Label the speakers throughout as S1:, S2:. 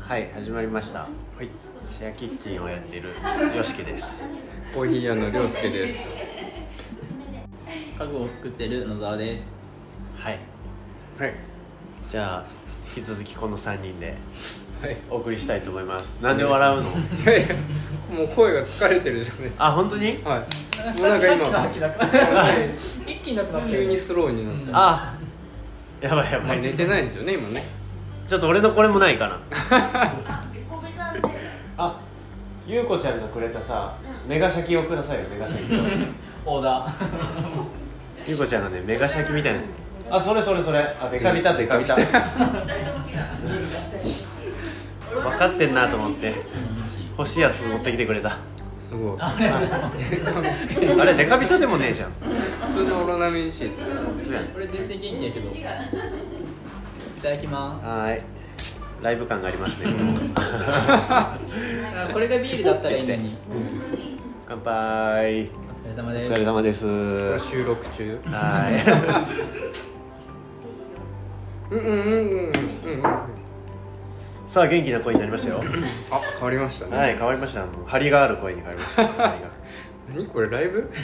S1: はい始まりました
S2: はい、
S1: シェアキッチンをやっているよしきです
S2: コーヒー屋のりょうすけです。
S3: 家具を作ってる野沢です
S1: はい
S2: はい、
S1: じゃあ引き続きこの3人で
S2: はい
S1: お送りしたいと思いますなんで笑うの
S2: いやいや、もう声が疲れてるじゃないですか。
S1: あ本当に
S2: はい、もうなんか今、
S3: 一気になくなった
S2: 急にスローになった。
S1: あやばいや
S2: ま
S1: ば
S2: あ
S1: い
S2: 寝てないんですよね、今ね。
S1: ちょっと俺のこれもないかなあゆうこちゃんがくれたさメガシャキをくださいよメガシャ キ
S3: オーダー
S1: ゆうこちゃんがねメガシャキみたいなやつあそれそれそれあデカビタデカビタ分かってんなと思って欲しいやつ持ってきてくれた
S2: すごい。
S3: ありがとうございます
S1: あれデカビタでもねえじゃん
S2: 普通のオロナミン C ですね。
S3: これ全然元気やけどいただきま
S1: はーいライブ感があり ますね
S3: すあこれがビールだったらいい のに
S1: 乾杯
S3: お疲れ様
S1: お
S3: です
S1: 疲れ様です
S2: これ
S1: は
S2: 収録中。
S1: ーい
S2: うんうんうんうんうんうん。あ、
S1: さあ元気な声になりましたよ
S2: 変わりましたね。
S1: はい変わりましたもう張りがある声に変わりました張りが
S2: 何これライ ブ？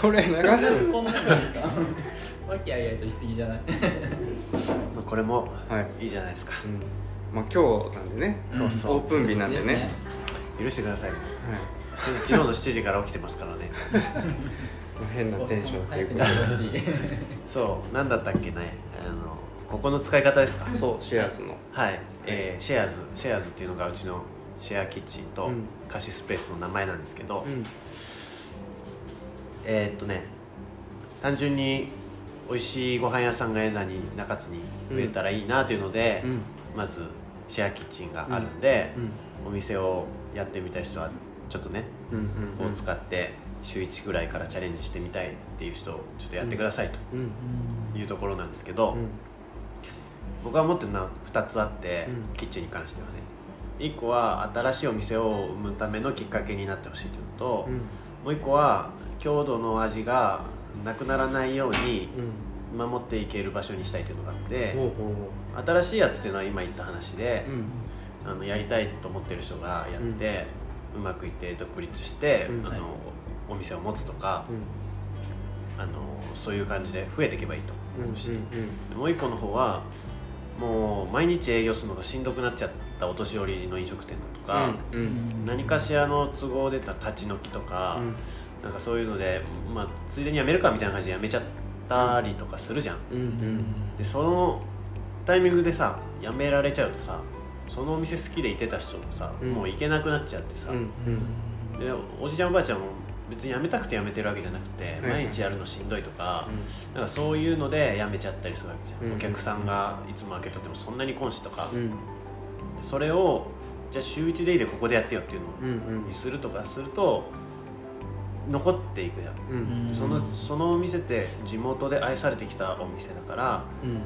S2: これ流すんですか
S3: そんなことないか和気あいあいとしすぎ じゃない
S1: まあこれも
S2: はい
S1: いいじゃないですか、
S2: うん。まあ今日なんでね。
S3: そうそう
S2: オープン日なんでね。
S1: 許してください
S2: はい。
S1: ちょっと昨日の7時から起きてますからね
S2: 変なテンションとい
S3: 早
S2: う
S3: く
S2: こ
S3: 寝
S2: と
S3: て
S2: で。
S3: ほしい
S1: そう何だったっけねあのここの使い方ですか
S2: そう、シェアーズの。
S1: はい、えーシェアーズシェアーズっていうのがうちのシェアキッチンと
S2: うん
S1: 貸しスペースの名前なんですけど、
S2: うん。
S1: えーっとね単純に美味しいご飯屋さんがえなに中津に増えたらいいなというので、
S2: うん
S1: まずシェアキッチンがあるんで、
S2: うん
S1: お店をやってみたい人はちょっとね
S2: うん
S1: こう使って週1ぐらいからチャレンジしてみたいっていう人をちょっとやってくださいと
S2: うん
S1: いうところなんですけど、
S2: うん
S1: 僕は持ってるのは2つあって、
S2: うん
S1: キッチンに関してはね1個は新しいお店を生むためのきっかけになってほしいというのと、
S2: うん
S1: もう1個は郷土の味がなくならないように守っていける場所にしたいというのがあって、
S2: ほうほうほ
S1: 新しいやつっていうのは今言った話で
S2: う、うん
S1: あのやりたいと思ってる人がやって、うまくいって独立して、
S2: うん
S1: あ
S3: はい
S1: のお店を持つとか、
S2: うん
S1: あのそういう感じで増えていけばいいと
S2: うん
S1: 思うし、もう一個の方はもう毎日営業するのがしんどくなっちゃったお年寄りの飲食店だとか、
S2: うんう
S3: うんん
S1: 何かしらの都合でた立ち退きとか、
S2: うん
S1: なんかそういうので、まあ、ついでに辞めるかみたいな感じで辞めちゃったりとかするじゃん、
S2: うんうん
S1: でそのタイミングでさ辞められちゃうとさそのお店好きでいてた人もさ、
S2: うん
S1: もう行けなくなっちゃってさ、
S2: うんうん
S1: でおじちゃんおばあちゃんも別に辞めたくて辞めてるわけじゃなくて、
S2: いはい
S1: 毎日やるのしんどいとか、なんかそういうので辞めちゃったりするわけじゃん、
S2: うんうん
S1: お客さんがいつも開けとってもそんなに婚しとか、
S2: うん
S1: それをじゃあ週1でいいでここでやってよっていう
S2: うん
S1: の
S2: うん
S1: にするとかすると残っていくじゃん、
S2: うんうん
S1: そのそのお店って地元で愛されてきたお店だから
S2: うん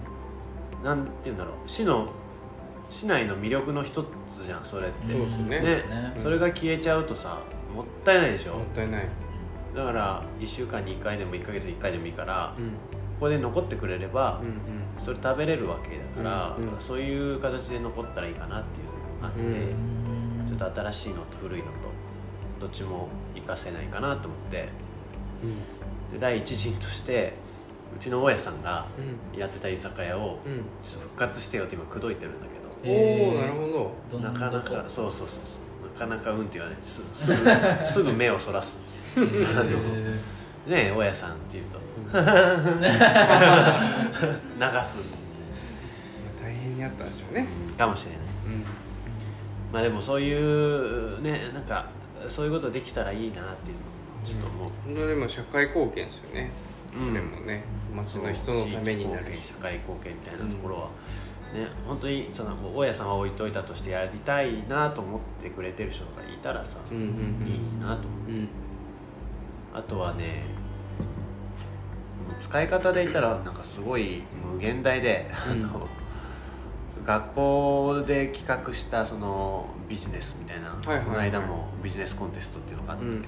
S1: なんて言うんだろう市の市内の魅力の一つじゃんそれって、
S2: そうですね
S1: ね
S2: うん
S1: それが消えちゃうとさもったいないでしょ、
S2: もったいない
S1: だから1週間に1回でも1ヶ月に1回でもいいから、
S2: う
S1: こ
S2: ん
S1: こで残ってくれれば、
S2: うん
S1: それ食べれるわけだから、
S2: うんうん
S1: だからそういう形で残ったらいいかなっていうのがあって、
S3: うん
S1: ちょっと新しいのと古いのとどっちも活かせないかなと思って
S2: うん
S1: で第一陣としてうちの大家さんが
S2: うん
S1: やってた居酒屋を
S2: うん
S1: ちょっと復活してよって今口説いてるんだけ
S2: おおなるほど
S1: ど、
S3: どん
S1: な
S3: な
S1: かな
S3: こと
S1: かそうそうそうそうなかなかうんって言わないすすぐすぐ目をそらす
S3: へ
S1: ねえ大家さんって言うと流す
S2: 大変にあったんでしょうね
S1: かもしれない
S2: うん
S1: まあでもそういうねなんかそういうことできたらいいなっていうのをちょっと思う、
S2: これでも社会貢献ですよね
S1: うん
S2: それもね町の人のためになる
S1: 地域
S2: し
S1: 貢献社会貢献みたいなところは、ね本当にそのもう大家さんは置いといたとしてやりたいなと思ってくれてる人がいたらさ、
S2: うん
S1: いいなと思う
S2: うんうん
S1: あとはね使い方で言ったらなんかすごい無限大で、
S2: うん
S1: あの学校で企画したそのビジネスみたいな、
S2: いはいはい
S1: この間もビジネスコンテストっていうのがあっ
S2: う
S1: て、
S2: ん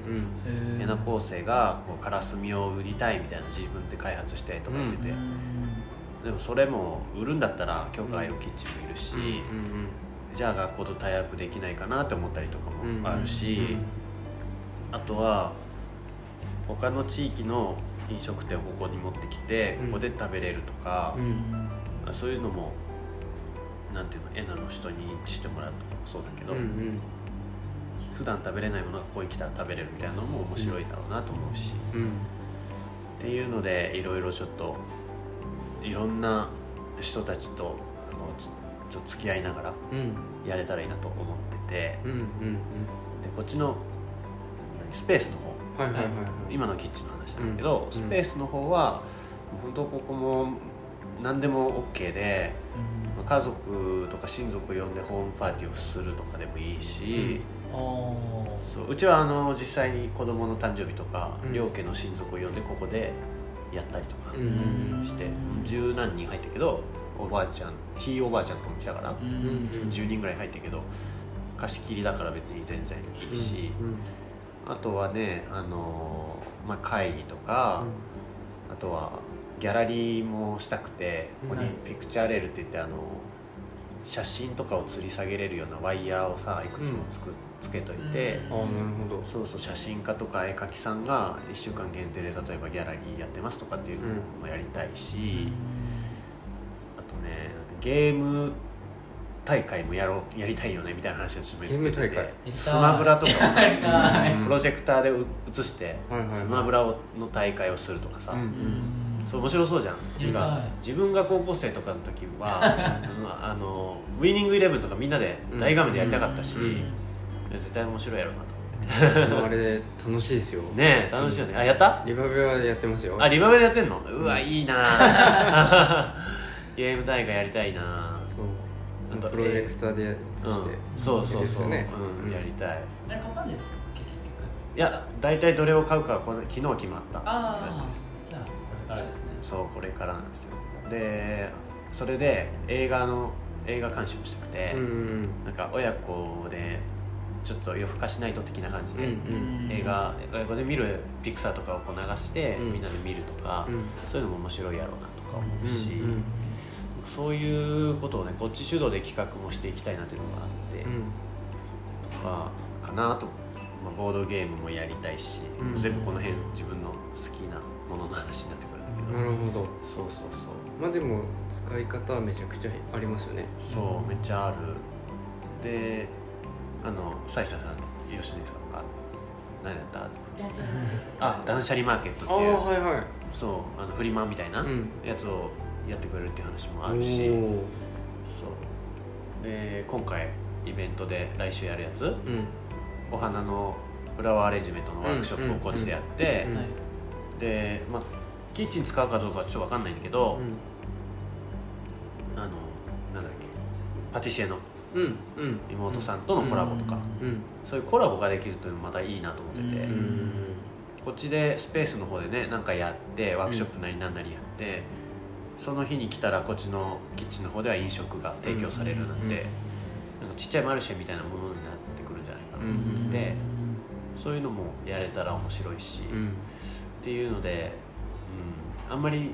S3: え
S1: 江名高生がこうカラスミを売りたいみたいな自分で開発してとか言ってて、
S3: うん
S1: でもそれも売るんだったら教会のキッチンもいるし、
S2: うん
S1: じゃあ学校とタイアップできないかなって思ったりとか
S2: うんうん
S1: もあるし、あとは他の地域の飲食店をここに持ってきて
S2: うん
S1: ここで食べれるとか
S2: う、ん
S1: そういうのもなんていうのエナの人にしてもらうとかもそうだけ
S2: う
S1: ど、
S2: んうん
S1: 普段食べれないものがここに来たら食べれるみたいなのも面白いだろうなと思うし、
S2: うん
S1: っていうのでいろいろちょっといろんな人たちとこうちょちょっと付き合いながら
S2: うん
S1: やれたらいいなと思ってて
S2: うんうんうん
S1: でこっちの何スペースの方
S2: はいはいはいはい
S1: 今のキッチンの話なんだけど、
S2: うん
S1: スペースの方は本当ここも何でも OK でまあ家族とか親族を呼んでホームパーティーをするとかでもいいし、そううちはあの実際に子供の誕生日とか、
S2: うん
S1: 両家の親族を呼んでここでやったりとか
S2: うんうん
S1: して、十何人入ったけどおばあちゃんひいおばあちゃんとかも来たから、
S3: う
S2: うんうん
S3: ん
S2: うん
S1: 10人ぐらい入ったけど貸し切りだから別に全然いいし、あとはねあのー、まあ、会議とか、あとはギャラリーもしたくてここに
S3: はい
S1: ピクチャーレールって言ってあの写真とかを吊り下げれるようなワイヤーをさいくつもつく、つけといて、
S2: ああなるほど
S1: そうそう写真家とか絵描きさんが1週間限定で例えばギャラリーやってますとかっていうのもやりたいし、あとねなんかゲーム大会もやろうやりたいよねみたいな話をちょっと今言ってて
S2: ゲーム大
S3: 会
S1: スマブラとかをさ
S3: やりたい
S1: うんプロジェクターでう映して
S2: はいはいはい
S1: スマブラをの大会をするとかさ、
S2: うん
S1: そう面白そうじゃんっていう
S3: やり
S1: か
S3: たい
S1: 自分が高校生とかの時 はそのあのウィニングイレブンとかみんなで
S2: うん
S1: 大画面でやりたかったし、
S2: うんうん
S1: 絶対面白いやろうなと
S2: でもあれ楽しいですよ
S1: ねえ楽しいよね、あやった
S2: リバベはやってますよ
S1: あリバメでやってんのうわいい なあゲーム大会やりたいなあ
S2: そう
S1: あと
S2: プロジェクターでやって
S1: うん
S2: きて
S1: そうそう
S2: です
S1: そう、
S2: よね
S1: うん、やりたい
S3: あれ買ったんです結局
S1: いや大体どれを買うかはこの昨日決まったって感じ
S3: あ
S1: です
S3: あじゃあこれからですね
S1: そうこれからなんですよでそれで映画の映画鑑賞したくて、
S2: うんうん
S1: なんか親子でちょっと夜更かしないと的な感じ
S2: うんう
S1: で、
S2: ん
S1: 映画親子で見るピクサーとかをこう流して、
S2: うん
S1: みんなで見るとか、
S2: うん
S1: そういうのも面白いやろうなとか思
S2: う
S1: うし、
S2: ん
S1: そういうことをねこっち主導で企画もしていきたいなっていうのがあって、とかかなと、まあ、ボードゲームもやりたいし、
S2: うん
S1: 全部この辺自分の好きなものの話になってくるんだけど、
S2: うんなるほど
S1: そうそうそう
S2: まあでも使い方はめちゃくちゃありますよね
S1: そうめっちゃあるであのサイサさん吉根さんが何やったあ断捨離マーケット
S2: あ
S1: っ
S2: あ
S1: ていう
S2: はいはい
S1: そうあのフリマみたいな
S2: うん
S1: やつをやってくれるっていう話もあ
S2: お
S1: るし、
S2: ー
S1: そうで今回イベントで来週やるやつ
S2: うん
S1: お花のフラワーアレンジメントのワークショップをこっちでやって、
S2: うん
S3: はい
S1: で、まあ、キッチン使うかどうかはちょっと分かんないんだけど、あのなんだっけパティシエの
S2: うんうんうん
S1: 妹さんとのコラボとか、
S2: うん
S1: そういうコラボができるというのもまたいいなと思ってて、
S3: う
S2: うんん
S1: こっちでスペースの方でねなんかやってワークショップなりなんなりやって、その日に来たらこっちのキッチンの方では飲食が提供されるなんて、
S2: うんうん
S1: なんかちっちゃいマルシェみたいなものになってくるんじゃないかな、
S2: うんうん
S1: でそういうのもやれたら面白いし、
S2: う
S1: っ
S2: ん
S1: ていうので、うん、あんまり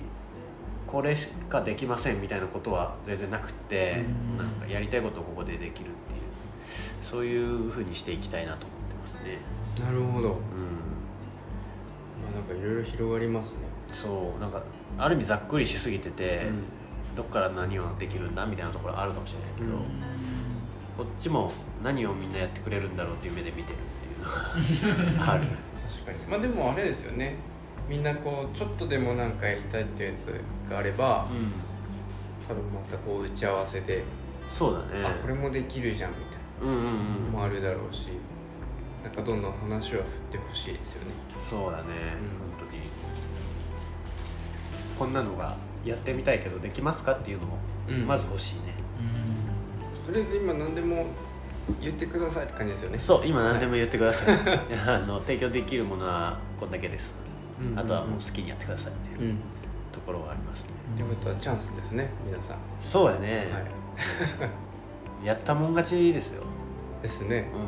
S1: これしかできませんみたいなことは全然なくって、
S3: うん
S1: なんかやりたいことをここでできるっていうそういうふうにしていきたいなと思ってますね。
S2: なるほど
S1: うん
S2: まあなんかいろいろ広がりますね
S1: そうなんかある意味ざっくりしすぎてて、どっから何をできるんだみたいなところあるかもしれないけど、
S2: うん
S1: こっちも何をみんなやってくれるんだろうっていう目で見てるっていうのが ある
S2: 確かにまあでもあれですよねみんなこうちょっとでもなんかやりたいっていうやつがあれば
S1: うん
S2: 多分またこう打ち合わせで、
S1: そうだね
S2: あこれもできるじゃんみたい
S1: うんうん
S2: なの
S1: うん
S2: もあるだろうしなんかどんどん話は振ってほしいですよね
S1: そうだね、本
S2: うん
S1: 当にこんなのがやってみたいけどできますかっていうのも
S2: うん
S1: まず欲しいね、
S2: とりあえず今何でも言ってくださいって感じですよね
S1: そう今何でも言ってください、あの提供できるものはこんだけです、
S2: うんうんうん
S1: あとはもう好きにやってくださいって
S2: う
S1: いうんところはありますね、
S2: ということはチャンスですね皆さん、
S1: そうやね、
S2: はい
S1: やったもん勝ちですよ、
S2: ですね
S1: う、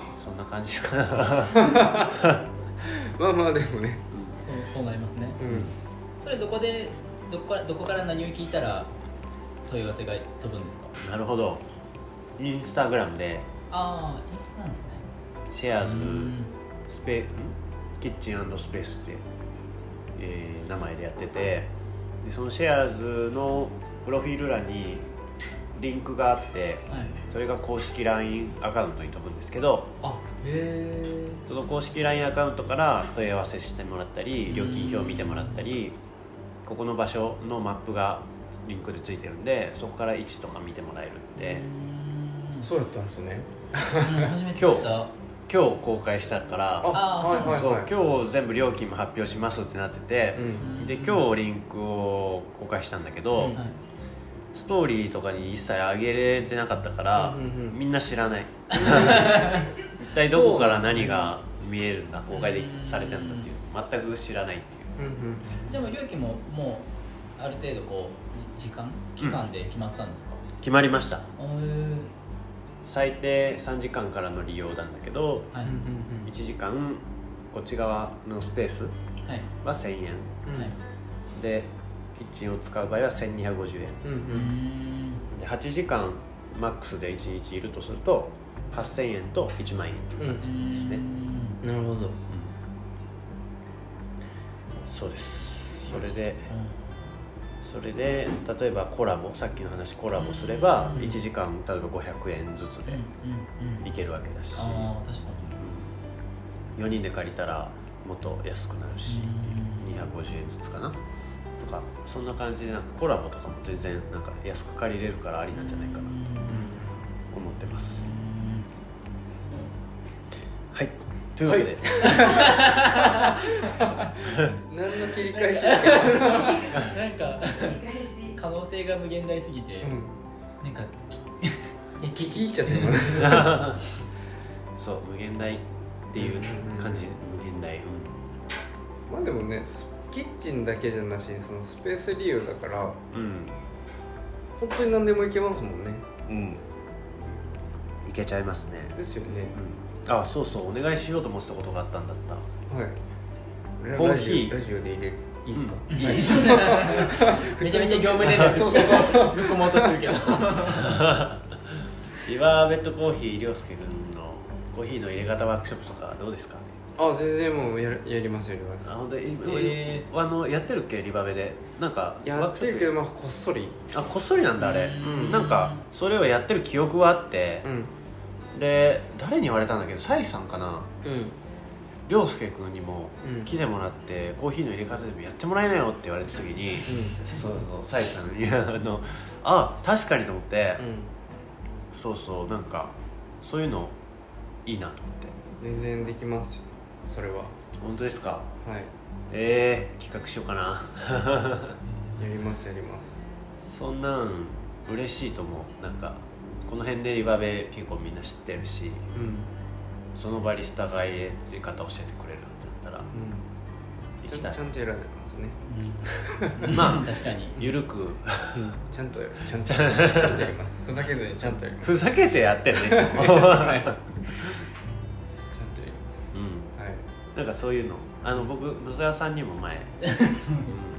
S1: ん、
S2: う
S1: そんな感じか な
S2: ん、まあまあでもね
S3: そうそうなりますね
S2: うん
S3: それどこでどこからどこから何を聞いたら問い合わせが飛ぶんですか
S1: なるほどインスタグラムで
S3: ああインスタなんですね
S1: シェアーズ
S3: うん
S1: スペんキッチンスペースって、えー名前でやっててでそのシェアーズのプロフィール欄にリンクがあって
S3: はい
S1: それが公式 LINE アカウントに飛ぶんですけど
S3: あへ
S1: その公式 LINE アカウントから問い合わせしてもらった
S3: う
S1: り
S3: ん
S1: 料金表を見てもらったりここの場所のマップがリンクでついてるんでそこから位置とか見てもらえるん
S3: え
S1: で
S2: そうだったんですね
S3: 初めて知った
S1: 今日公開したから
S3: あー
S2: はいはい
S1: そう
S2: はい
S1: 今日全部料金も発表しますってなってて、
S2: うん
S1: で今日リンクを公開したんだけど、
S2: う
S3: はい
S1: ストーリーとかに一切上げれてなかったから、
S2: うんうんうん
S1: みんな知ら ない一体どこから何が見えるんだ公開でされてるんだっていう全く知らないっていう
S2: うんうん
S3: じゃあもう料金ももうある程度こうじ時間期間で決まったんですか、
S1: 決まりました
S3: あー
S1: 最低3時間からの利用なんだけど
S3: はい、
S2: うん
S1: 1時間こっち側のスペース
S3: はい、
S1: は1000円
S2: うん
S3: はい
S1: でキッチンを使う場合は1250円
S2: うんうん
S3: うーん
S1: で8時間マックスで1日いるとすると8000円と1万円っていうう、
S2: ん
S3: うーん
S1: ですね
S2: なるほど
S1: そうですそれでそれで例えばコラボさっきの話コラボすれば
S3: うん
S1: 1時間例えば500円ずつ
S3: うん
S1: で
S3: うんうん
S1: いけるわけだし、
S3: ああ確か
S1: 4人で借りたらもっと安くなるし
S3: うん
S1: 250円ずつかなとかそんな感じでなんかコラボとかも全然なんか安く借りれるからあり
S3: に
S1: なんじゃないかな
S3: う
S1: と
S3: ん
S1: 思ってます
S3: う
S1: は
S3: ん
S1: いというわけで、
S2: 何の切り返しだけど
S3: なんか可能性が無限大すぎて、なんか
S2: 聞き入っちゃってる
S1: そう無限大っていう感じ、無限大、
S2: まあでもねスキッチンだけじゃなしそのスペース利用だから
S1: うんうん
S2: 本当に何でもいけますもんね
S1: うんいけちゃいますね、
S2: ですよね
S1: うん、あそうそうお願いしようと思ってたことがあったんだっ
S2: はい
S1: コーヒー
S2: ラジオラジオで入れるいいですか、
S3: めちゃめちゃ業 務連絡そうそうそう向こうも落としてるけど
S1: たリバーベッドコーヒー涼介君のコーヒーの入れ方ワークショップとかどうですかね
S2: あ全然もうやるやりますやります
S1: あ本当に、
S3: え
S1: あのやってるっけリバベでなんか
S2: やってるけど
S1: ワークショッ
S2: まあこっそり
S1: プあこっそりなんだあれ、
S2: んう
S1: なんかそれをやってる記憶はあって
S2: う、ん
S1: で誰に言われたんだけどサイさんかな
S2: うん
S1: 涼介君にも
S2: うん
S1: 来てもらって、コーヒーの入れ方でもやってもらえないよって言われた時にそうそうサイさんいやあのあ確かにと思って、
S2: うん
S1: そうそうなんかそういうのいいなと思って
S2: 全然できますそれは
S1: 本当ですか
S2: はい
S1: えー、企画しようかな
S2: やりますやります
S1: そんなん嬉しいと思うなんかこの辺でリバベ結構みんな知ってるし
S2: うんうん
S1: そのバリスタが入れて方教えてくれるってなったら行
S2: ちゃ
S1: き
S2: ん
S1: たい
S2: ちゃんと選んでますね
S1: まあ
S3: 確かに
S1: ゆるく
S2: ちゃん とやるちゃんとやるちゃんとやりますふざけずにちゃんとやります
S1: ふざけてやってんねいつも
S2: ちゃんとやります
S1: うん
S2: はい
S1: なんかそういうのあの僕野沢さんにも前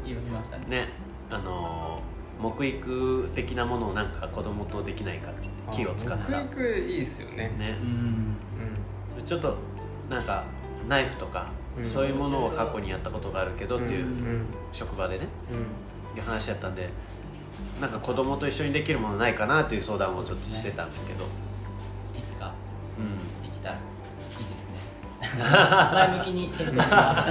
S3: 言いましたね
S1: ねあのー木育的なものをなんか子供とできないかって言って木を使ったら
S2: あ木育いいですよね
S1: ね
S3: うん
S1: ちょっとなんかナイフとか、
S2: うん
S1: そういうものを過去にやったことがあるけどっていう、
S2: うんうん
S1: 職場でねいう話やったんでなんか子供と一緒にできるものないかなっていう相談をちょっとしてたんですけど
S3: いつか
S1: う,、
S3: できたらいいです ね前向きに検討しま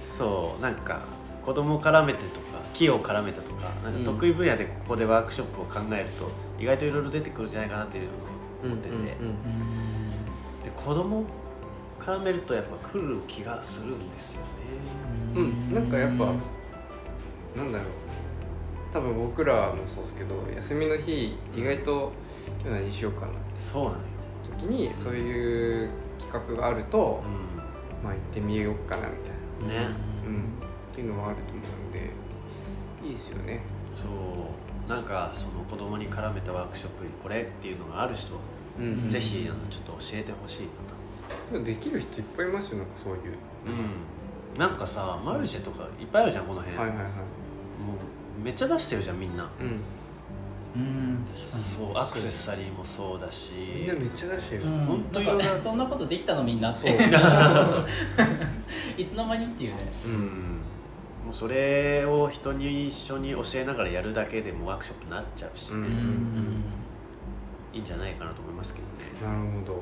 S3: す
S1: んそうなんか子供を絡めてとか木を絡めてとかなんか得意分野でここでワークショップを考えると意外といろいろ出てくるんじゃないかなっていうのを
S2: うん
S1: 思ってて、
S2: うんうん
S1: で子供絡めるとやっぱ来る気がするんですよね
S2: うんうんなんかやっぱなんだろう多分僕らもそうですけど休みの日意外と今日何しようかな
S1: そうなんよ、
S2: 時にそういう企画があるとまあ行ってみようかなみたいな
S1: うん、ね、
S2: うんっていうのはあると思うんでいいですよね
S1: そうなんかその子供に絡めたワークショップにこれっていうのがある人、
S2: う
S3: うん
S1: ぜひあのちょっと教えてほしいな
S2: でもできる人いっぱいいますよなんかそういう
S1: とうんなんかさマルシェとかいっぱいあるじゃんこの辺、
S2: はいはいはい
S1: うめっちゃ出してるじゃんみんな、
S2: うん
S3: うん
S1: そうアクセサリーもそうだし
S2: みんなめっちゃ出してる
S3: う
S2: よ、
S3: ん
S1: 本当
S3: なん
S1: いろん
S3: か
S1: な
S3: そんなことできたのみんなって いつの間にっていうね
S1: うんもうそれを人に一緒に教えながらやるだけでもワークショップになっちゃうし、
S2: うん
S3: う
S1: いいんじゃないかなと思いますけどね
S2: なるほど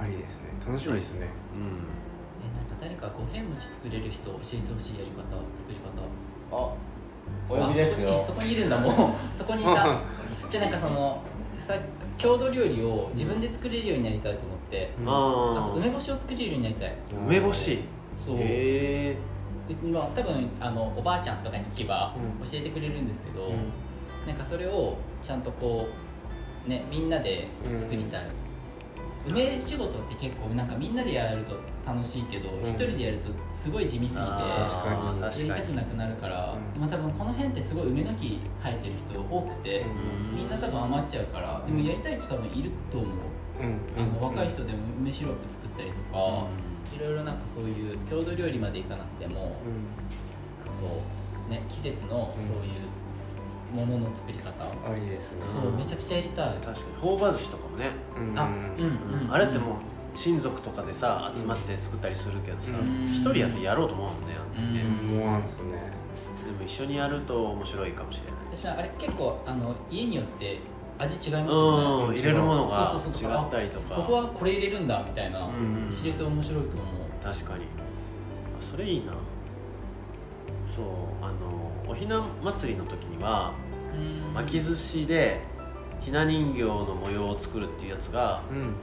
S2: ありですね楽しみですね、
S1: う
S3: えなんか誰か五平餅作れる人教えてほしいやり方作り方
S4: あお呼びです
S3: あ
S4: よ
S3: そこにそこにいるんだもんそこにい たじゃあなんかそのさ郷土料理を自分で作れるようになりたいと思って、
S1: ん、
S2: うん
S3: あと
S1: あ
S3: 梅干しを作れるようになりたい
S1: あ梅干し
S3: そう、
S1: へえ
S3: でまあ、多分あのおばあちゃんとかに聞けば
S2: う
S3: 教えてくれるんですけど、
S2: うん
S3: なんかそれをちゃんとこうねみんなで作りたい、梅仕事って結構なんかみんなでやると楽しいけど
S2: ん
S3: 一、人でやるとすごい地味すぎて
S1: あー
S2: 確かに
S3: やりたくなくなるから、
S2: うん
S3: まあ、多分この辺ってすごい梅の木生えてる人多くて、
S1: うん
S3: みんな多分余っちゃうからでもやりたい人多分いると思う、
S2: うん
S3: あの若い人でも梅シロップ作ったりとか、いろいろなんかそういう郷土料理までいかなくても、
S2: う
S3: こうね、季節の
S2: うん
S3: そういうものの作り方、
S2: んありですね
S3: そうめちゃくちゃやりたい、
S1: 確かにほおば寿司とかもね、
S2: うん
S3: あうん
S2: うん
S3: うん、
S1: あれってもう親族とかでさ集まって作ったりするけどさ
S3: うん
S1: 一、人やってやろうと思うもんね、あんなね
S3: うん
S2: 思わんすね
S1: でも一緒にやると面白いかもしれない
S3: 私あれ結構あの家によって味違いますよね、
S1: うん入れるものが
S3: そうそうそう
S1: 違ったりと
S3: ここ
S1: か
S3: はこれ入れるんだみたいな、
S1: うんうん
S3: 知れて面白いと思う
S1: 確かにあそれいいなそうあのおひな祭りの時には
S3: うん
S1: 巻き寿司でひな人形の模様を作るっていうやつが
S2: うん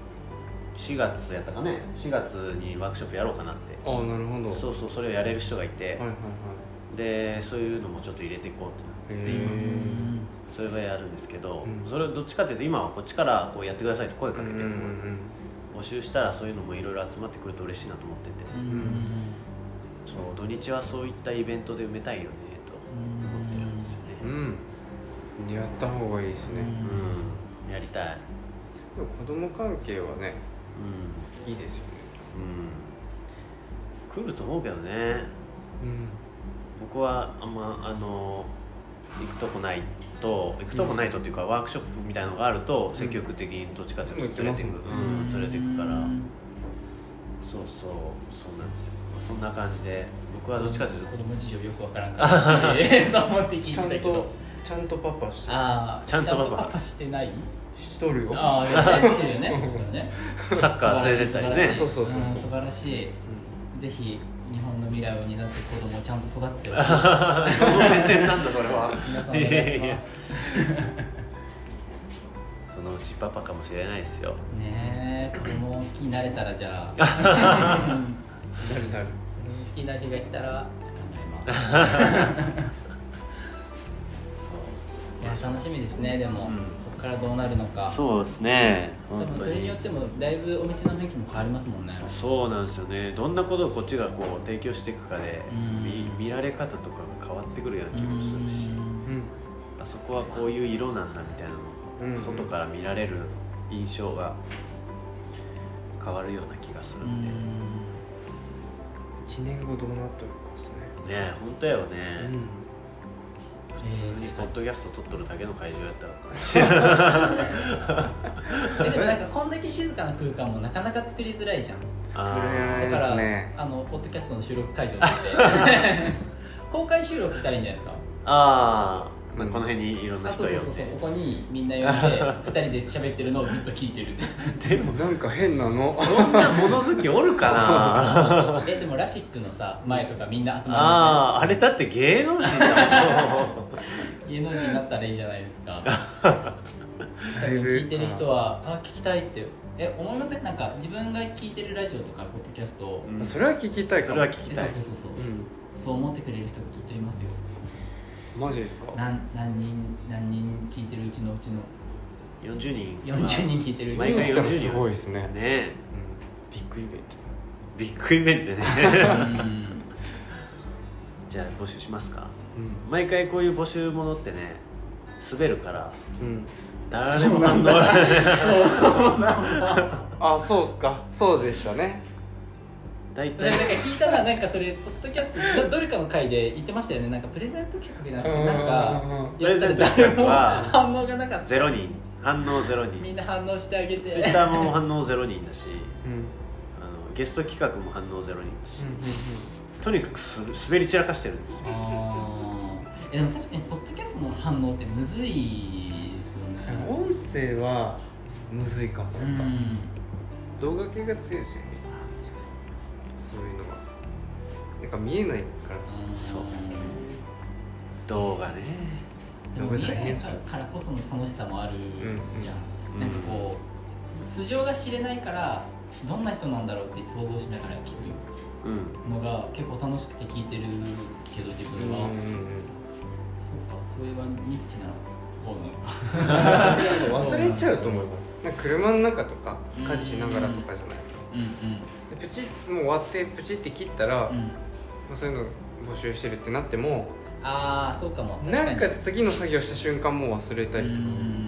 S1: 4月やったかね4月にワークショップやろうかなって
S2: ああなるほど
S1: そうそうそれをやれる人がいて、
S2: はいはいはい
S1: でそういうのもちょっと入れていこうってなって
S2: へ
S1: 今
S2: ー
S1: それはやるんですけど、
S2: うん
S1: それどっちかというと今はこっちからこうやってくださいって声か
S2: う
S1: け
S2: ん
S1: て、
S2: うん
S1: 募集したらそういうのもいろいろ集まってくると嬉しいなと思ってて、
S3: うん
S2: うん
S1: そう土日はそういったイベントで埋めたいよねと思ってるんですよね
S2: うんうんやった方がいいですね
S1: うん、やりたい
S2: でも子供関係はね
S1: う
S2: いいですよね
S1: んうん来ると思うけどね
S2: うん
S1: 僕はあんまあの行くとこないと行くとこないとっていうか、ワークショップみたいなのがあると積極的にどっちかというと連れていく、
S2: うん
S1: うん連れていくから、
S3: うん
S1: そうそうそうなんですよまあそんな感じで僕はどっちかというと
S3: 子供事情よくわからんからええと思って聞いて
S2: ち
S3: た
S2: ゃん
S3: け
S2: と
S3: ど
S2: ちゃんとパパして
S3: あー
S1: ちゃんとパパ
S3: してない
S2: しとるよ
S3: ああやってるよねそうだね
S1: サッカー連れてったりね
S2: そうそうそうそうん
S3: 素晴らしいぜひ日本の未来を担っていく子供をちゃんと育ってほしい
S1: どの目線なんだそれは
S3: 皆さんお願いします
S1: いやいや そのうちパパかもしれないですよ
S3: ねえ子供を好きになれたらじゃあうん
S2: なるなる
S3: 好きな日が来たら考えます
S1: そ
S3: いや楽しみですねでも、
S1: うん
S3: ここからどうなるのか
S1: そうですね
S3: 多分それによってもだいぶお店の雰囲気も変わりますもんね
S1: そうなんですよねどんなことをこっちがこう提供していくかで、
S3: うん
S1: み見られ方とかが変わってくるような気もするし、
S2: うん
S1: あそこはこういう色なんだみたいな
S2: うん
S1: のを
S2: うん
S1: 外から見られる印象が変わるような気がす
S3: う
S1: る
S3: ーん
S1: んで、ね
S2: 1年後どうなっとるかですね
S1: え本当やよね、
S3: えー
S1: 普通にポッドキャスト撮っとるだけの会場やったらおかし
S3: えでもなんかこんだけ静かな空間もなかなか作りづらいじゃん
S2: 作れ
S1: あ
S2: な
S3: だ
S2: い
S3: か
S2: です
S3: ら、
S2: ね
S3: あのポッドキャストの収録会場と して公開収録したらいいんじゃないですか
S1: あー、まあ、
S2: うん
S1: この辺にいろんな
S3: あ
S1: 人
S3: そ
S1: 呼
S3: うんそうそうそう
S1: で
S3: ここにみんな呼んで二人で喋ってるのをずっと聞いてる
S1: でも
S2: なんか変なの
S1: そんな物好きおるかな
S3: えでもラシックのさ前とかみんな集ま
S1: あああれだって芸能人だもん
S3: るんですね芸能人になったらいいじゃないですか 多分
S2: いぶ
S3: 聞いてる人はあ聞きたいってえ思いませんなんか自分が聞いてるラジオとかポッドキャストを、
S1: うん
S2: それは聞きたいか
S1: そ
S2: も
S1: れは聞き
S3: えそ
S1: た
S3: う
S1: い
S3: そうそうそう、
S2: う
S3: そう思ってくれる人がきっといますよ
S2: んマジですか
S3: 何何人何人聞いてるうちのうちの
S1: 40人
S3: 40人聞いてるうちの
S1: 毎
S2: 今
S1: 回40
S2: 来たら
S1: 人
S2: すごいですね
S1: ねえ
S2: うんビッグイベン
S1: ビッグイベントね
S3: うん
S1: じゃあ募集しますか
S2: トうん
S1: 毎回こういう募集ものってね滑るから
S2: うん
S1: 誰も反応ない
S2: あそうかそうでしたね
S1: 大
S3: そ
S1: 体
S3: れ なんか聞いたらなんかそれポッドキャストどどれかの回で言ってましたよねなんかプレゼント企画じゃなくてなんか
S1: ん
S3: やったら誰も反応がなかった
S1: ゼロ人反応ゼロ
S3: み
S1: 人
S3: んな反応してあげて
S1: ツイッターも反応ゼロ人だし
S2: うんうん
S1: あのゲスト企画も反応ゼロ人だし、とにかくす滑り散らかしてるんですよ
S3: あーえでも確かにポッドキャストの反応ってむずいですよね
S2: 音声はむずいかも
S3: う
S2: やっぱ、
S3: ん
S2: 動画系が強いしね
S3: 確か
S2: そういうのはなんか見えないから
S3: にん
S1: そう動画ね
S3: でも
S2: 動
S3: 見
S2: 画大
S3: えない
S2: 変
S3: からこその楽しさもあるじゃん、
S1: うん
S3: なんかこう素性が知れないからどんな人なんだろうって想像しながら聞く
S1: うん
S3: のが結構楽しくて聞いてるけど自分は、
S2: うんうんうん
S3: そうかそれはニッチな方なのか
S2: 忘れちゃうと思いますなんか車の中とか
S3: うん
S2: 家事しながらとかじゃないですか
S3: うん
S2: でプチもう終わってプチって切ったら、
S3: うんう
S2: ま
S3: ん
S2: あ、そういうの募集してるってなっても
S3: ああそうかも確か
S2: な
S3: に
S2: んか次の作業した瞬間もう忘れたりとか
S3: うん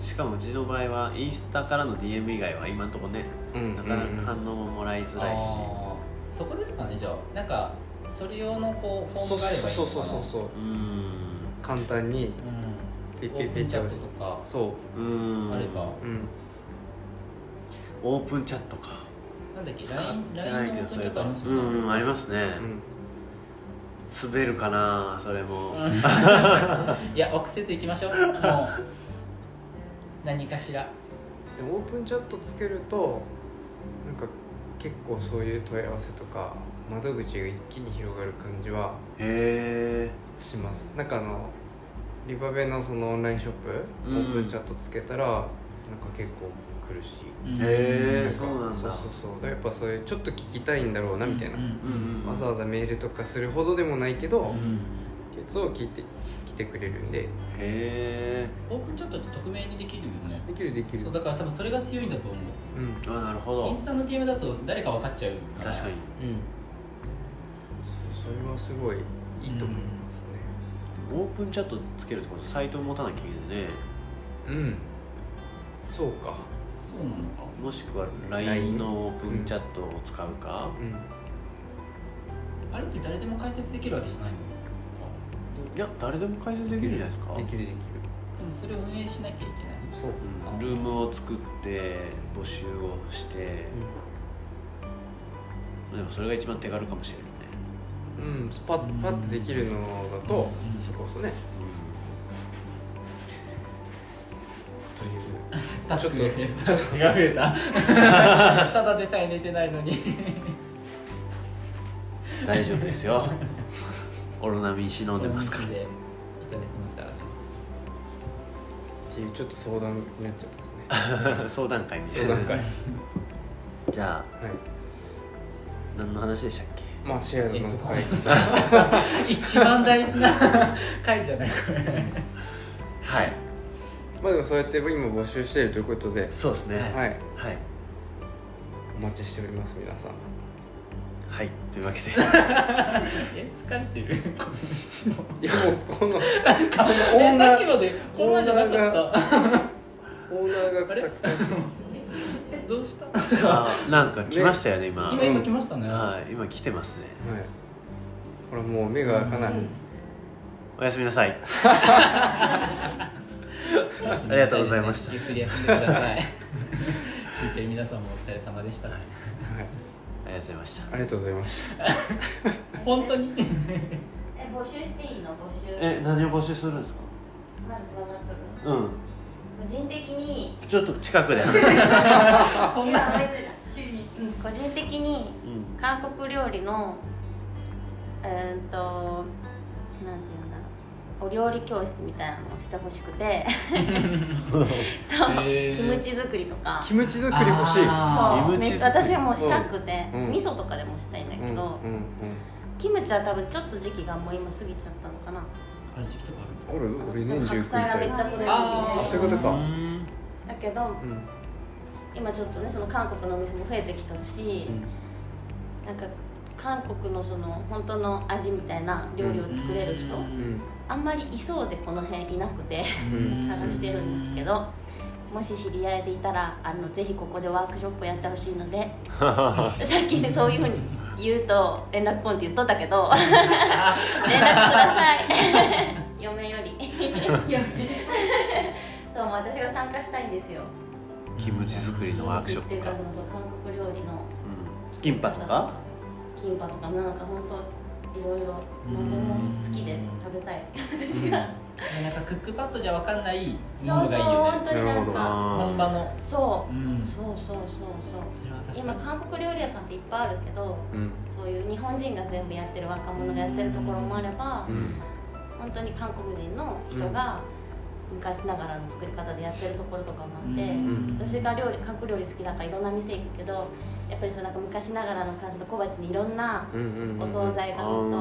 S1: しかもうちの場合はインスタからの DM 以外は今のとこね
S2: うん
S1: なかな
S2: うんうん
S1: か反応ももらいづらいし、
S3: あーそこですかねじゃあなんかそれ用のこうフォー
S2: そう
S3: ムがあればいいの
S2: そう
S3: かな
S2: そうそうそう
S1: うん
S2: 簡単に
S3: う
S2: ピ
S3: ん
S2: ッ
S3: オ
S2: ピ
S3: ー
S2: ッ
S3: プ
S2: ピッ
S3: ン
S2: て
S3: チャ
S2: 押
S3: ッ
S2: し
S3: ト
S2: て
S3: とか
S2: そ
S1: うん
S3: あれば
S2: ううん
S1: オープンチャットか
S3: なんだっけ
S1: 使っ
S3: LINE
S1: てない
S3: LINE
S1: け
S3: のオ
S1: ど
S3: ープ
S1: そ
S3: ン
S1: うい
S3: チ
S1: え
S3: ャット
S1: ば
S3: あり
S1: う
S3: ますよね
S1: んうんありますね
S2: うん
S1: 滑るかなそれも
S3: いや、臆せず行きましょう。もう。何かしら。
S2: でもオープンチャットつけるとなんか結構そういう問い合わせとか窓口が一気に広がる感じは
S1: へえ
S2: しますなんかあのリバベのそのオンラインショップ、
S1: うん
S2: オープンチャットつけたらなんか結構来るし、
S3: うん
S1: へえ
S2: か
S1: そうなんだ
S2: そうそうそうやっぱそういうちょっと聞きたいんだろうなみたいな、
S3: うん
S1: うんうん
S2: わざわざメールとかするほどでもないけど、
S3: うん
S1: ん
S2: やつを聞いて来てくれるんで
S1: へえ
S3: オープンチャットって匿名にできるよね。
S2: できるできる
S3: そうだから多分それが強いんだと思
S2: うんうん
S1: あなるほ
S3: う。イン
S1: ど
S3: スタの DM だと誰か分かっちゃうから。
S1: 確かに
S2: そうそれはすごいいいと思いますね
S1: オープンチャットつけるところサイトを持たなきゃいけないね
S2: うん、そうか
S3: そうなのか。
S1: もしくは LINE のオープンチャットを使うか
S2: うん
S3: あれって誰でも解説できるわけじゃないのか。
S1: いや誰でも解説できるんじゃないですか
S2: できるできる
S3: でもそれを運営しなきゃいけない。
S2: そう、
S1: うんルームを作って募集をしてでもそれが一番手軽かもしれないね
S2: うん、うん、スパッパッてできるのだと、
S3: うん
S2: それこそねという
S3: タスク
S2: ちょ
S3: が
S2: っと
S3: タスクが増えた。ただでさえ寝てないのに。
S1: うん大丈夫ですよオロナミン飲んでますから
S3: いただきますからね。
S2: っていうちょっと相談になっちゃったですね
S1: 相談会みたい
S2: 相
S1: な
S2: 談会はい
S1: じゃあ何の話でしたっけ
S2: まあシェアの使い方
S3: 一番大事な回じゃないこれ。
S1: はい
S2: まあでもそうやって今募集しているということで
S1: そうですね
S2: はいい
S1: はい、
S2: お待ちしております皆さん
S1: はい、というわけで
S3: え疲れてる
S2: いやもうこの
S3: えさっきまでこんなんじゃなかっ
S2: オーナーがくたくたです
S3: たどうした
S1: あーなんか来ましたよね今
S3: 今今来ましたね、
S1: はい今来てますね
S2: はいほらもう目が開かない、
S1: おやすみなさいありがとうございました
S3: ゆっくり休んでください聞いてる皆さんもお疲れ様でした
S2: はい、
S1: ありがとうございました
S2: ありがとうございました
S3: 本当に
S5: え募集していいの募集
S1: え何を募集するんですか
S5: まだつながってる
S1: うん
S5: 個人的に
S1: ちょっと近くで
S3: そんな
S5: 今思いついたうん個人的に
S1: うん
S5: 韓国料理のうーんとなんていうんだろうお料理教室みたいなのをしてほしく てそう、
S3: へー
S5: キムチ作りとか
S2: キムチ作り欲しい
S3: あ
S5: そ
S1: キ
S5: う
S1: ムチ作り
S5: め私はもうしたくて、
S2: うんうん
S5: 味噌とかでもしたいんだけ
S2: うんうん
S5: ど、キムチは多分ちょっと時期がもう今過ぎちゃったのかな
S3: あれ時期とか
S2: うん俺俺年中
S5: 白
S2: 食い
S5: 菜が
S2: た
S5: め
S2: い
S5: っちゃ取れる時期で
S3: あー
S2: あそういうことか
S1: うん
S5: だけど
S2: うんうん
S5: 今ちょっとねその韓国のお店も増えてきたし、なんか韓国のその本当の味みたいな料理
S3: あ
S5: を
S3: る
S5: 作れる人、
S3: う
S2: うんん
S5: あんまりいそうでこの辺いなくて
S2: うん
S5: 探してるんですけどもし知 り合いでいたらあのぜひここでワークショップやってほしいのでさっきそういうふうに言うと連絡ポンって言っとったけ ど連絡ください嫁よりそうもう私が参加したいんですよ
S1: キムチ作りのワークショ
S5: ってい
S1: ッ
S5: う
S1: プ
S5: か
S1: か
S5: そ、のそう韓国料理の
S1: うん、キンパとか
S5: キンパとかなんか本当いろいろ何でも好きで食べたい私が
S3: なんかクックパッドじゃ分かんないも
S5: そう
S3: の
S5: そう
S3: がいいよね
S5: 本当になんか
S1: あー
S3: 本場の
S5: そ
S3: うん
S5: う
S3: そ
S5: そうそうそうそう
S3: れは確か
S5: 今
S3: に
S5: 韓国料理屋さんっていっぱいあるけど
S2: うん
S5: そういう日本人が全部やってる若者がやってるところもあれば
S2: うん
S5: 本当に韓国人の人が昔ながらの作り方でやってるところとかもあって、
S2: ん
S5: 私が料理韓国料理好きだからいろんな店行くけどやっぱりそのなんか昔ながらの感じの小鉢にいろんな
S2: うんうんうん
S5: お惣菜がほん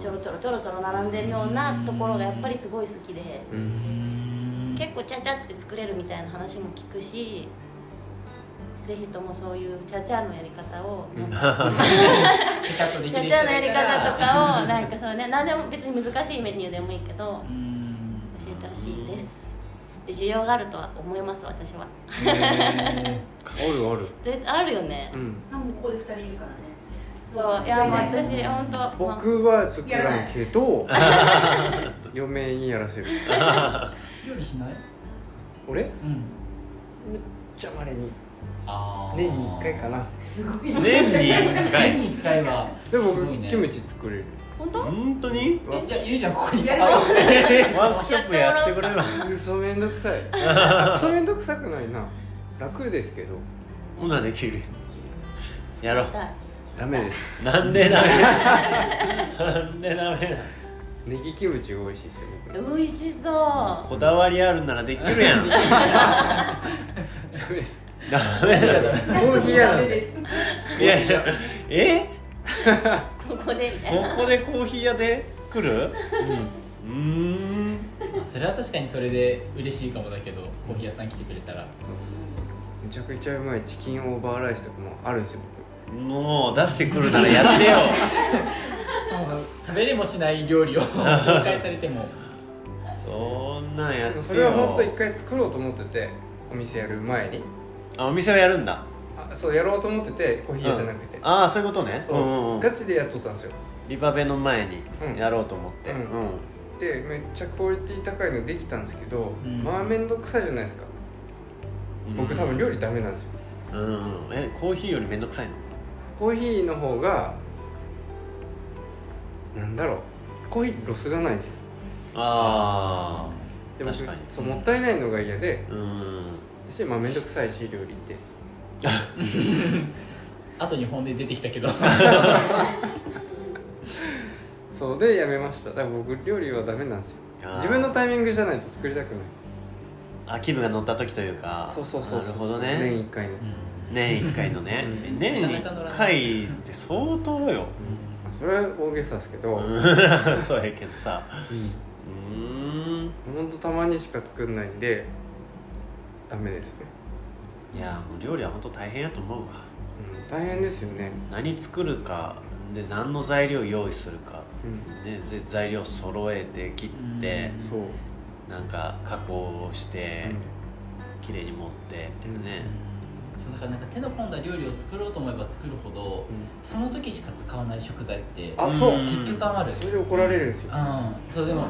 S5: とちょろちょろちょろちょろ並んでるようなところがやっぱりすごい好きで
S2: うん
S5: 結構ちゃちゃって作れるみたいな話も聞くし。ぜひともそういうちゃちゃのやり方をなんか
S3: ちゃちゃっとでき
S5: ち
S3: る
S5: ゃ
S3: 人
S5: ちゃの
S3: だ
S5: やり
S3: っ
S5: 方
S3: たら
S5: とかをなんかそうね何でも別に難しいメニューでもいいけど
S3: うん
S5: 教えてほしいですで需要があるとは思います私は
S2: へーあるある
S5: であるよね、
S2: うん
S6: あもうここで二人いるからね
S5: そういやもう私
S6: い
S5: 本当まあ
S2: 僕は作らんけど嫁にやらせる
S3: 料理しない
S2: 俺めっ
S3: うん
S2: ちゃまれに
S3: あー
S2: 年に1回かな
S6: すごい
S1: 年に1
S3: 年
S1: 回
S3: に1回は
S2: でも
S3: すごい
S2: 僕
S3: ね
S2: キムチ作れる
S5: 本当
S1: 本当に
S3: えじゃあいるじゃんここに
S6: やるの
S1: ワークショップやってくれ る
S2: クソめんどくさいクソめんどくさくないな楽ですけど
S1: ほなできるやろう
S5: だ
S2: ダメです
S1: なんでダメなんでダメ
S2: ネギキムチが美味しいですよ僕
S5: 美味しそう
S1: こだわりあるならできるやんダ
S2: ダメです
S1: メだよ
S2: コーヒー
S6: ダ
S2: や
S6: メ
S2: な
S6: です
S1: いやいやえ
S5: ここでみたいな
S1: ここでコーヒー屋で来るうーん
S3: まあ それは確かにそれで嬉しいかもだけどコーヒー屋さん来てくれたら
S2: そうそうめちゃくちゃうまいチキンオーバーライスとかもあるんですよ
S1: もう出してくるならやってよ
S3: 食べれもしない料理を 紹介されても
S1: そんなんやっ
S2: 僕
S1: てよ
S2: それは本当一回作ろうと思っててお店やる前に
S1: あお店をやるんだ
S2: あそうやろうと思っててコーヒー屋じゃなくて、
S1: うんああそういうことね
S2: そう、
S1: んうんう
S2: ガ
S1: ん、
S2: チでやっとったんですよ
S1: リバベの前に
S2: うん
S1: やろうと思って、
S2: う
S1: うんん
S2: でめっちゃクオリティ高いのできたんですけど、
S3: うん
S2: まあ面倒くさいじゃないですか僕多分料理ダメなんですよ
S1: うんうんうんえコーヒーよりめんどくさいの
S2: コーヒーの方がなんだろうコーヒーロスがないんですよ
S1: あ
S2: で僕
S1: 確かに
S2: そうもったいないのが嫌で
S1: あうん
S2: 私まあ面倒くさいし料理って
S3: あと日本で出て きたけど
S2: そうでやめましただから僕料理はダメなんですよ
S1: あー
S2: 自分のタイミングじゃないと作りたくない
S1: あ気分が乗った時というか
S2: そうそうそう
S1: な
S2: そう
S1: るほど
S2: 年
S1: ね
S2: 一回の、
S1: 年1回のね
S2: う
S1: 年1回って相当よ
S2: それは大げさですけど、
S1: うんそうやけどさうーん
S2: ほんとたまにしか作んないんでダメですね、
S1: いやもう料理は本当大変やと思うわ
S2: うん、大変ですよね、
S1: 何作るかで何の材料用意するか、
S2: う
S1: ね、ぜ材料揃えて切って
S2: ん、そう、
S1: なんか加工をして綺麗に持ってっていうね、
S3: そうだからなんか手の込んだ料理を作ろうと思えば作るほどその時しか使わない食材って
S2: あそうん
S3: 結局余る
S2: それで怒られるんですよ、
S3: うんそうでも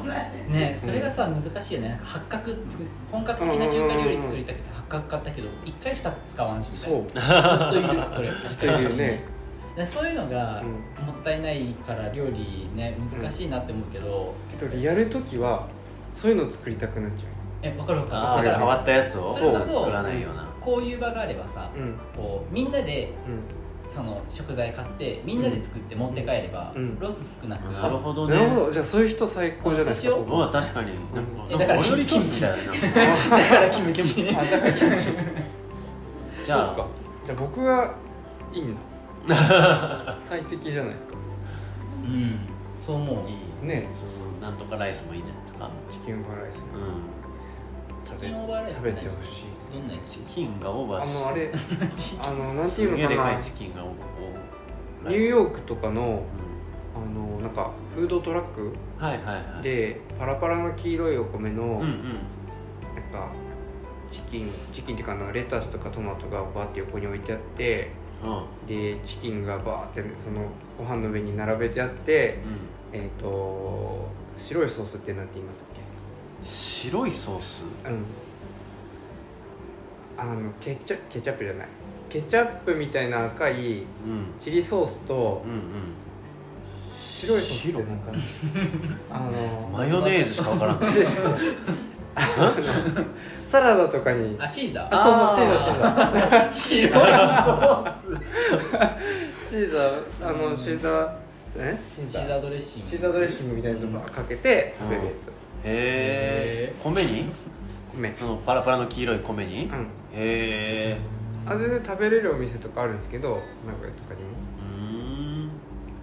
S3: ねそれがさ難しいよねなんか八角つ本格的な中華料理作りたくて八角買ったけど一回しか使わんしみたい
S2: そう
S3: なずっといるそれ
S2: してるよ ね、
S3: でそういうのが
S2: う
S3: もったいないから料理ね難しいなって思うけど、
S2: けどやるときはそういうの作りたくなっちゃ
S3: え分かる分
S1: あ
S3: か
S1: あ
S3: る
S1: 変
S3: だから
S1: わったやつを
S3: そう
S1: 普段作らないような
S3: こういう場があればさ
S2: ううん
S3: こうみんなでその食材買ってみんなで作って持って帰れば、
S2: うん
S3: ロス少なく、
S1: なるほ
S2: う
S1: ど
S2: ん
S1: ね
S2: なるほどじゃあそういう人最高じゃないですか
S3: あそうしよう
S2: こ
S1: まあ
S2: こ
S1: 確かになん
S3: え
S1: か
S3: だから
S1: お料理教室だよねなんか
S3: だからキムチ
S2: あだから気持ちいい
S1: じゃ
S2: そう
S1: あ
S2: かじゃあ僕がいいん だ最適じゃないですか
S3: うんそう思う
S1: いい
S2: ね
S1: そのなんとかライスもいいんじゃないですか
S2: チキンオーバーライス
S1: うん
S2: 食
S3: チ
S2: べ
S3: キンオーバーライス
S2: 食べてほしい
S3: どんなやつ
S1: チキンがオーバ
S2: あ
S1: ーし
S2: のあ れあのなんて
S1: す
S2: いう
S1: げえ
S2: の
S1: で
S2: か
S1: か
S2: ない
S1: チキンがオーバー
S2: ニューヨークとか
S1: う
S2: のあのなんかフードトラック
S1: んはいはいはい
S2: でパラパラの黄色いお米の、
S1: うんう
S2: なん
S1: ん
S2: かチキンチキンっていうかあのレタスとかトマトがバーって横に置いてあって
S1: うん
S2: でチキンがバーってそのご飯の上に並べてあって
S1: うん
S2: えっ、と白いソースって何て言いますっ
S1: 白いソース
S2: けうんあのケチャケチャップじゃないケチャップみたいな赤い
S1: うん
S2: チリソースと
S1: うん
S2: 白いソースってなん かあ
S1: う
S2: の
S1: んマヨネーズしかわからん
S2: あのサラダとかに
S3: あシーザー
S2: あそうそうシーザーシーザー
S3: シーザー
S2: シーザーあ のシーザーえシー
S3: シ
S2: ザ
S3: ー
S2: ー
S3: ザードレッシング
S2: シーザードレッシングみたいなのとかかけて食べるやつ
S1: へえ
S3: へー
S1: 米に
S2: 米
S1: うんパラパラの黄色い米に
S2: うん
S1: へえ
S2: あ全然食べれるお店とかあるんですけど名古屋とかに
S1: うーん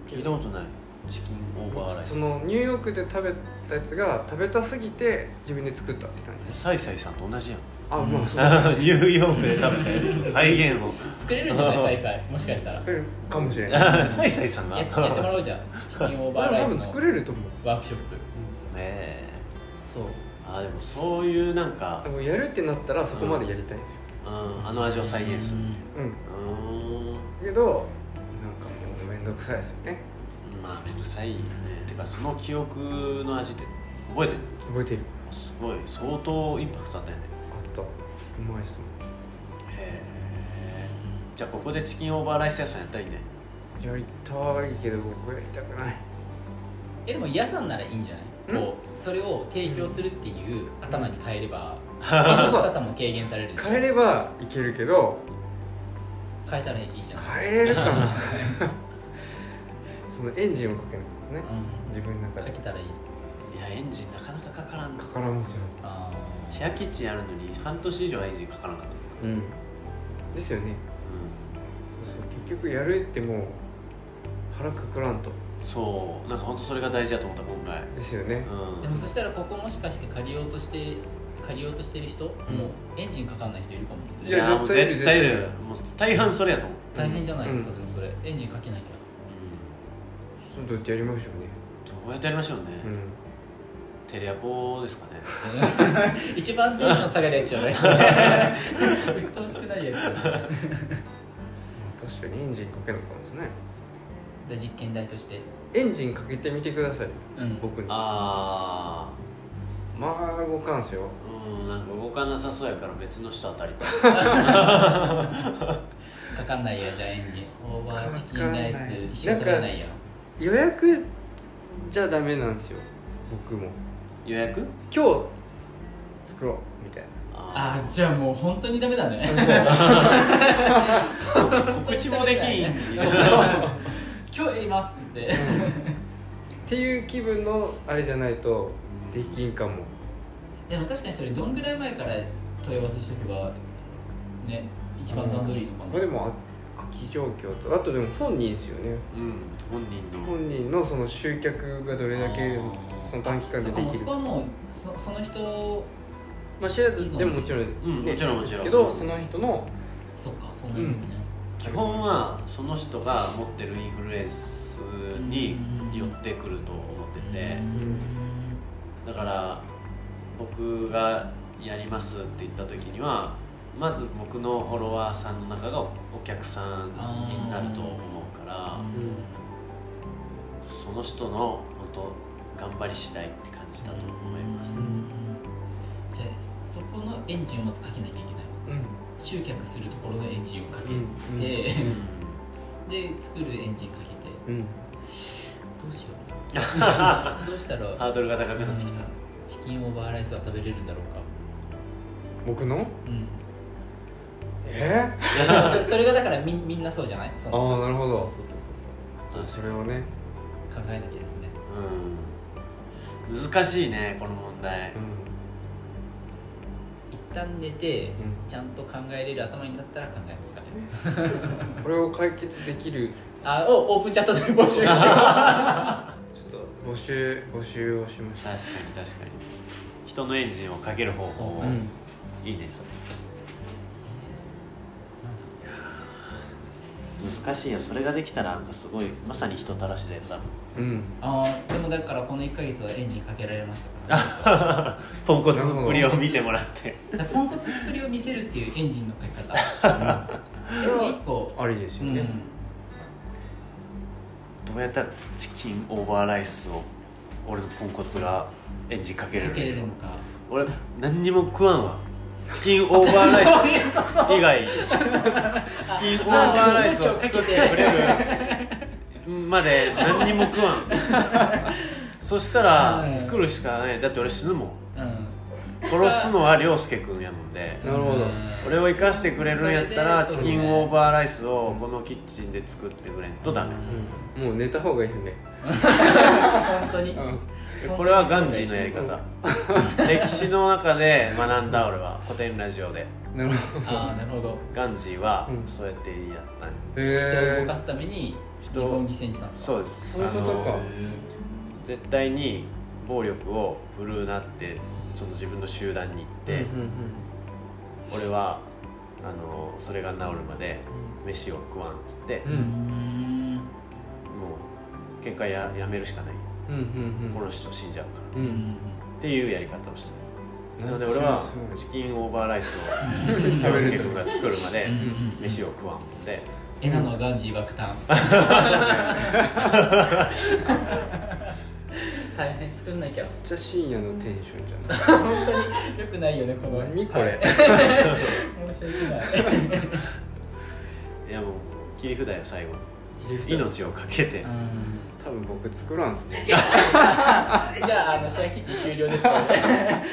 S1: 聞いたことないチキンオーバーラ
S2: も
S1: イ
S2: そ
S1: ス
S2: のニューヨークで食べたやつが食べたすぎて自分で作ったって感じです
S1: サイサイさんと同じやん
S2: あ
S3: うん
S2: まあそう
S1: ニューヨークで食べたやつ再現を
S3: 作れるんじゃないサイサイもしかしたらや
S2: 作れるかもしれない
S1: あサイサイさんが
S3: やってもらおうじゃんチキンオーバー
S2: 多
S3: ライス
S2: 分
S3: の
S2: 作れると思う
S3: ワークショッ
S1: ねえ
S2: そう
S1: あでもそういうなんか
S2: で、もやるってなったらそこまでやりたいんですよ
S1: うん、あの味を再現するみたい
S2: う
S1: な
S2: んだ
S1: うん
S2: けどなんかもうめんどくさいですよね
S1: まあめんどくさいねてかその記憶の味って覚えてる
S2: 覚えてる
S1: すごい相当インパクトあったよね
S2: あったうまいっすもん
S1: へえじゃあここでチキンオーバーライス屋さんやったらいいね
S2: やりたいけど僕やりたくない
S3: プえでも嫌さんならいいんじゃないこうそれを提供するっていう頭に変えれば
S2: そうそう
S3: 臭さも軽減されるでしょ
S2: 変えればいけるけど
S3: 変えたらいいじゃん
S2: 変えれるかもし れないそのエンジンをかけるんですね
S3: うん
S2: 自分の中
S3: か
S2: で
S3: けたらいい
S1: いやエンジンなかなかかからんか
S2: かからんすよ
S3: あー
S1: シェアキッチンやるのに半年以上エンジンかからんかった
S2: うんですよね
S1: う
S2: そうそう結局やるってもう腹くくらんと
S1: んそうなんか本当それが大事だと思った今回
S2: ですよね
S1: うん
S3: でもそしたらここもしかして借りようとして借りようとしてる人、
S2: ん
S3: もうエンジンかかんない人いるかもです
S1: い
S2: じゃ
S3: ね
S2: あ
S1: やもう
S2: 絶対いる
S1: 絶対い
S2: 絶対い
S1: る
S2: る
S1: もう大半それやと思う、
S3: 大変じゃないですか、
S2: うん
S3: でもそれエンジンかけなきゃ
S2: そうどうやってやりましょうね
S1: うん、どうやってやりましょうね、
S2: うん
S1: テレアポですかね
S3: 一番テンション下がるやつじゃないですか鬱陶しくないやつだ
S2: 確かにエンジンかけるのかもしれない
S3: 実験台として
S2: エンジンかけてみてください
S3: うん
S2: 僕に
S1: あ
S2: まあ動かんすよ
S1: あうんなんか動かなさそうやから別の人当たりたい
S3: かかんないやじゃあエンジンオーバーチキンライ
S2: かかんない
S3: ス一生取れないや
S2: 予約じゃダメなんですよ僕も
S1: 予約
S2: 今日作ろうみたいな
S3: あ
S1: あ
S3: ーじゃあもう本当にダメだね
S1: あ告知もできん
S3: 今日やりますって
S2: っ
S3: 言って
S2: ていう気分のあれじゃないとできんかも
S3: でも確かにそれどんぐらい前から問い合わせしとけばね一番段取りいいのか
S2: こ
S3: な、
S2: れでもあ空き状況とあとでも本人ですよね
S1: うん本人の
S2: 本人のその集客がどれだけ
S3: あー
S2: その短期間ででき
S3: そ
S2: る
S3: こはもうそその人
S2: まあ知らずでももちろん、ね
S1: うんもちろんもちろん
S2: けどその人の
S3: そっかそうなんですね、
S1: 基本はその人が持ってるインフルエンスに寄ってくると思ってて、
S3: うん
S1: だから僕がやりますって言った時にはまず僕のフォロワーさんの中がお客さんになると思うからその人の本当頑張り次第って感じだと思います、
S3: じゃあそこのエンジンをまずかけなきゃいけない
S2: うん
S3: 集客するところのエンジンをかけて、
S2: うん
S3: で作るエンジンかけて
S2: うん
S3: どうしよう かなどうしたら
S1: ハードルが高くなってきた、
S3: チキンオーバーライスは食べれるんだろうか
S2: 僕の
S3: うん
S2: え
S3: でもそれそれがだからみみんなそうじゃないそ
S2: あ
S3: の
S2: あなるほど
S3: そうそうそうそう
S1: そうです
S2: それをね
S3: 考えなきゃですね
S1: うん難しいねこの問題
S2: うん
S3: 一旦寝て
S2: う
S3: ちゃんと考えれる頭に立ったら考えますかね
S2: んこれを解決できる
S3: あをオープンチャットで募 集しよ
S2: ち
S3: う
S2: ょっと募集募集をしまし
S1: 確かに確かに人のエンジンをかける方法
S2: た
S1: を、
S2: うん
S1: いいねそれ難しいよそれができたらなんかすごいまさに人たらしだよ多分
S2: うん
S3: あーでもだからこの1ヶ月はエンジンかけられましたから,、
S1: ポンコツっぷりを見てもらって
S3: だからポンコツっぷりを見せるっていうエンジンのかけ方でも一個、
S2: ありです
S3: う
S2: よ
S3: ん
S2: ね、
S1: どうやったらチキンオーバーライスを俺のポンコツがエンジンかけれ
S3: か
S1: る
S3: けれるのか
S1: 俺何にも食わんわチキンオーバーライ
S3: いうこ
S1: ス以外チキンオーバーライスを作ってくれるまで何にも食わんそした
S3: う
S1: ら
S3: ん
S1: 作るしかないだって俺死ぬもん
S3: とうん
S1: 殺すのは涼介君やもんで
S2: なるほど
S1: 俺を生かしてくれるんやったらチ
S3: それで
S1: キンオーバーライスをこのキッチンで作ってくれんとダメ
S2: うんもう寝た方がいいですね、
S3: 本当に
S1: これはガンジーのやり方歴史の中で学んだ俺は古典ラジオで
S2: なるほど
S3: ああなるほど
S1: ガンジーは
S2: うん
S1: そうやってやったんよ
S2: へ
S3: 人を動
S2: え
S3: かすために
S1: 人
S3: 自分を犠牲にしたんですか
S1: そうです
S2: そういうことか
S1: あの絶対に暴力を振るうなってその自分の集団に行って、
S2: うんうん
S1: 俺はあのそれが治るまで飯を食わんっつって、
S2: う
S1: も
S3: うんん
S1: う喧嘩ややめるしかない、
S2: うんうん
S1: この人死んじゃうから
S2: うんう
S3: うん
S1: っていうやり方をして
S2: な
S1: な
S2: るほ
S1: ので
S2: ど
S1: 俺は
S2: すごい
S1: チキンオーバーライスを
S3: うん
S1: 食べる君が作るまで
S3: うん
S1: 飯を食わんので
S3: えなのはガンジー爆誕大変作んなきゃ
S2: めっちゃ深夜のテンションじゃない
S3: 本当によくないよねこの
S2: 何これ
S3: はい申し訳ない
S1: いやもう切り札よ最後
S2: ギフト
S1: 命をかけて
S3: うん
S2: 多分僕作らんすね
S3: じゃああの試合基地終了ですからね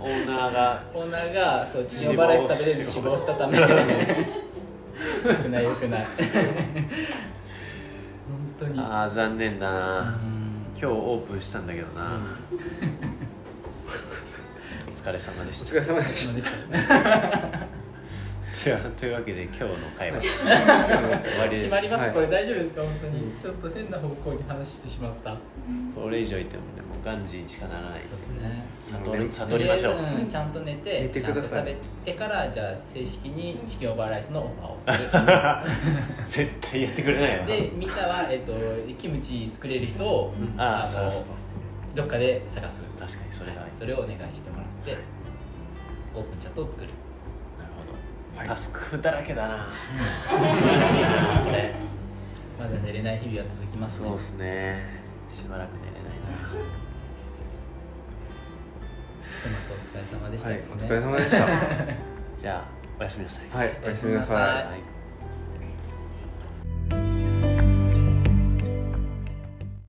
S1: オーナーが
S3: オーナーがそうチキンオーバーライス食べれず死亡したためよくないよくない本当に
S1: ああ残念だ
S3: う
S1: なん今日オープンしたんだけどな、お疲れ様で
S2: お
S1: し
S2: 疲れ様でし
S3: そうでしたね
S1: たじゃあというわけで今日の会話終
S2: た
S1: わりです
S3: 閉まります、
S2: はい
S3: これ大丈夫ですか本当に、
S2: うん
S3: ちょっと変な方向に話してしまった、
S1: これ以上言ってもねもうガンジーにしかならない
S3: ね
S1: 悟り悟りましょう
S3: とりあえずんちゃんと寝て
S2: 寝てください
S3: ちゃんと食べてからじゃあ正式にチキンオーバーライスのオフ ァーを
S1: 絶対やってくれないわ
S3: するでミタは、えっと、キムチ作れる人を、
S1: うんあー探すと
S3: どっかで探す
S1: 確かにそれがいい
S3: それをお願いしてもらってオープンチャットを作る
S1: なるほど、
S2: はい
S1: タスクだらけだな忙しいなこれ
S3: まだ寝れない日々は続きますね
S1: そうっすねしばらく寝れないな
S3: ひとまずお疲れ様でした
S2: はい
S3: ですね、
S2: お疲れ様でした
S1: じゃあおやすみなさい
S2: はいおやすみなさい
S3: はい
S1: はい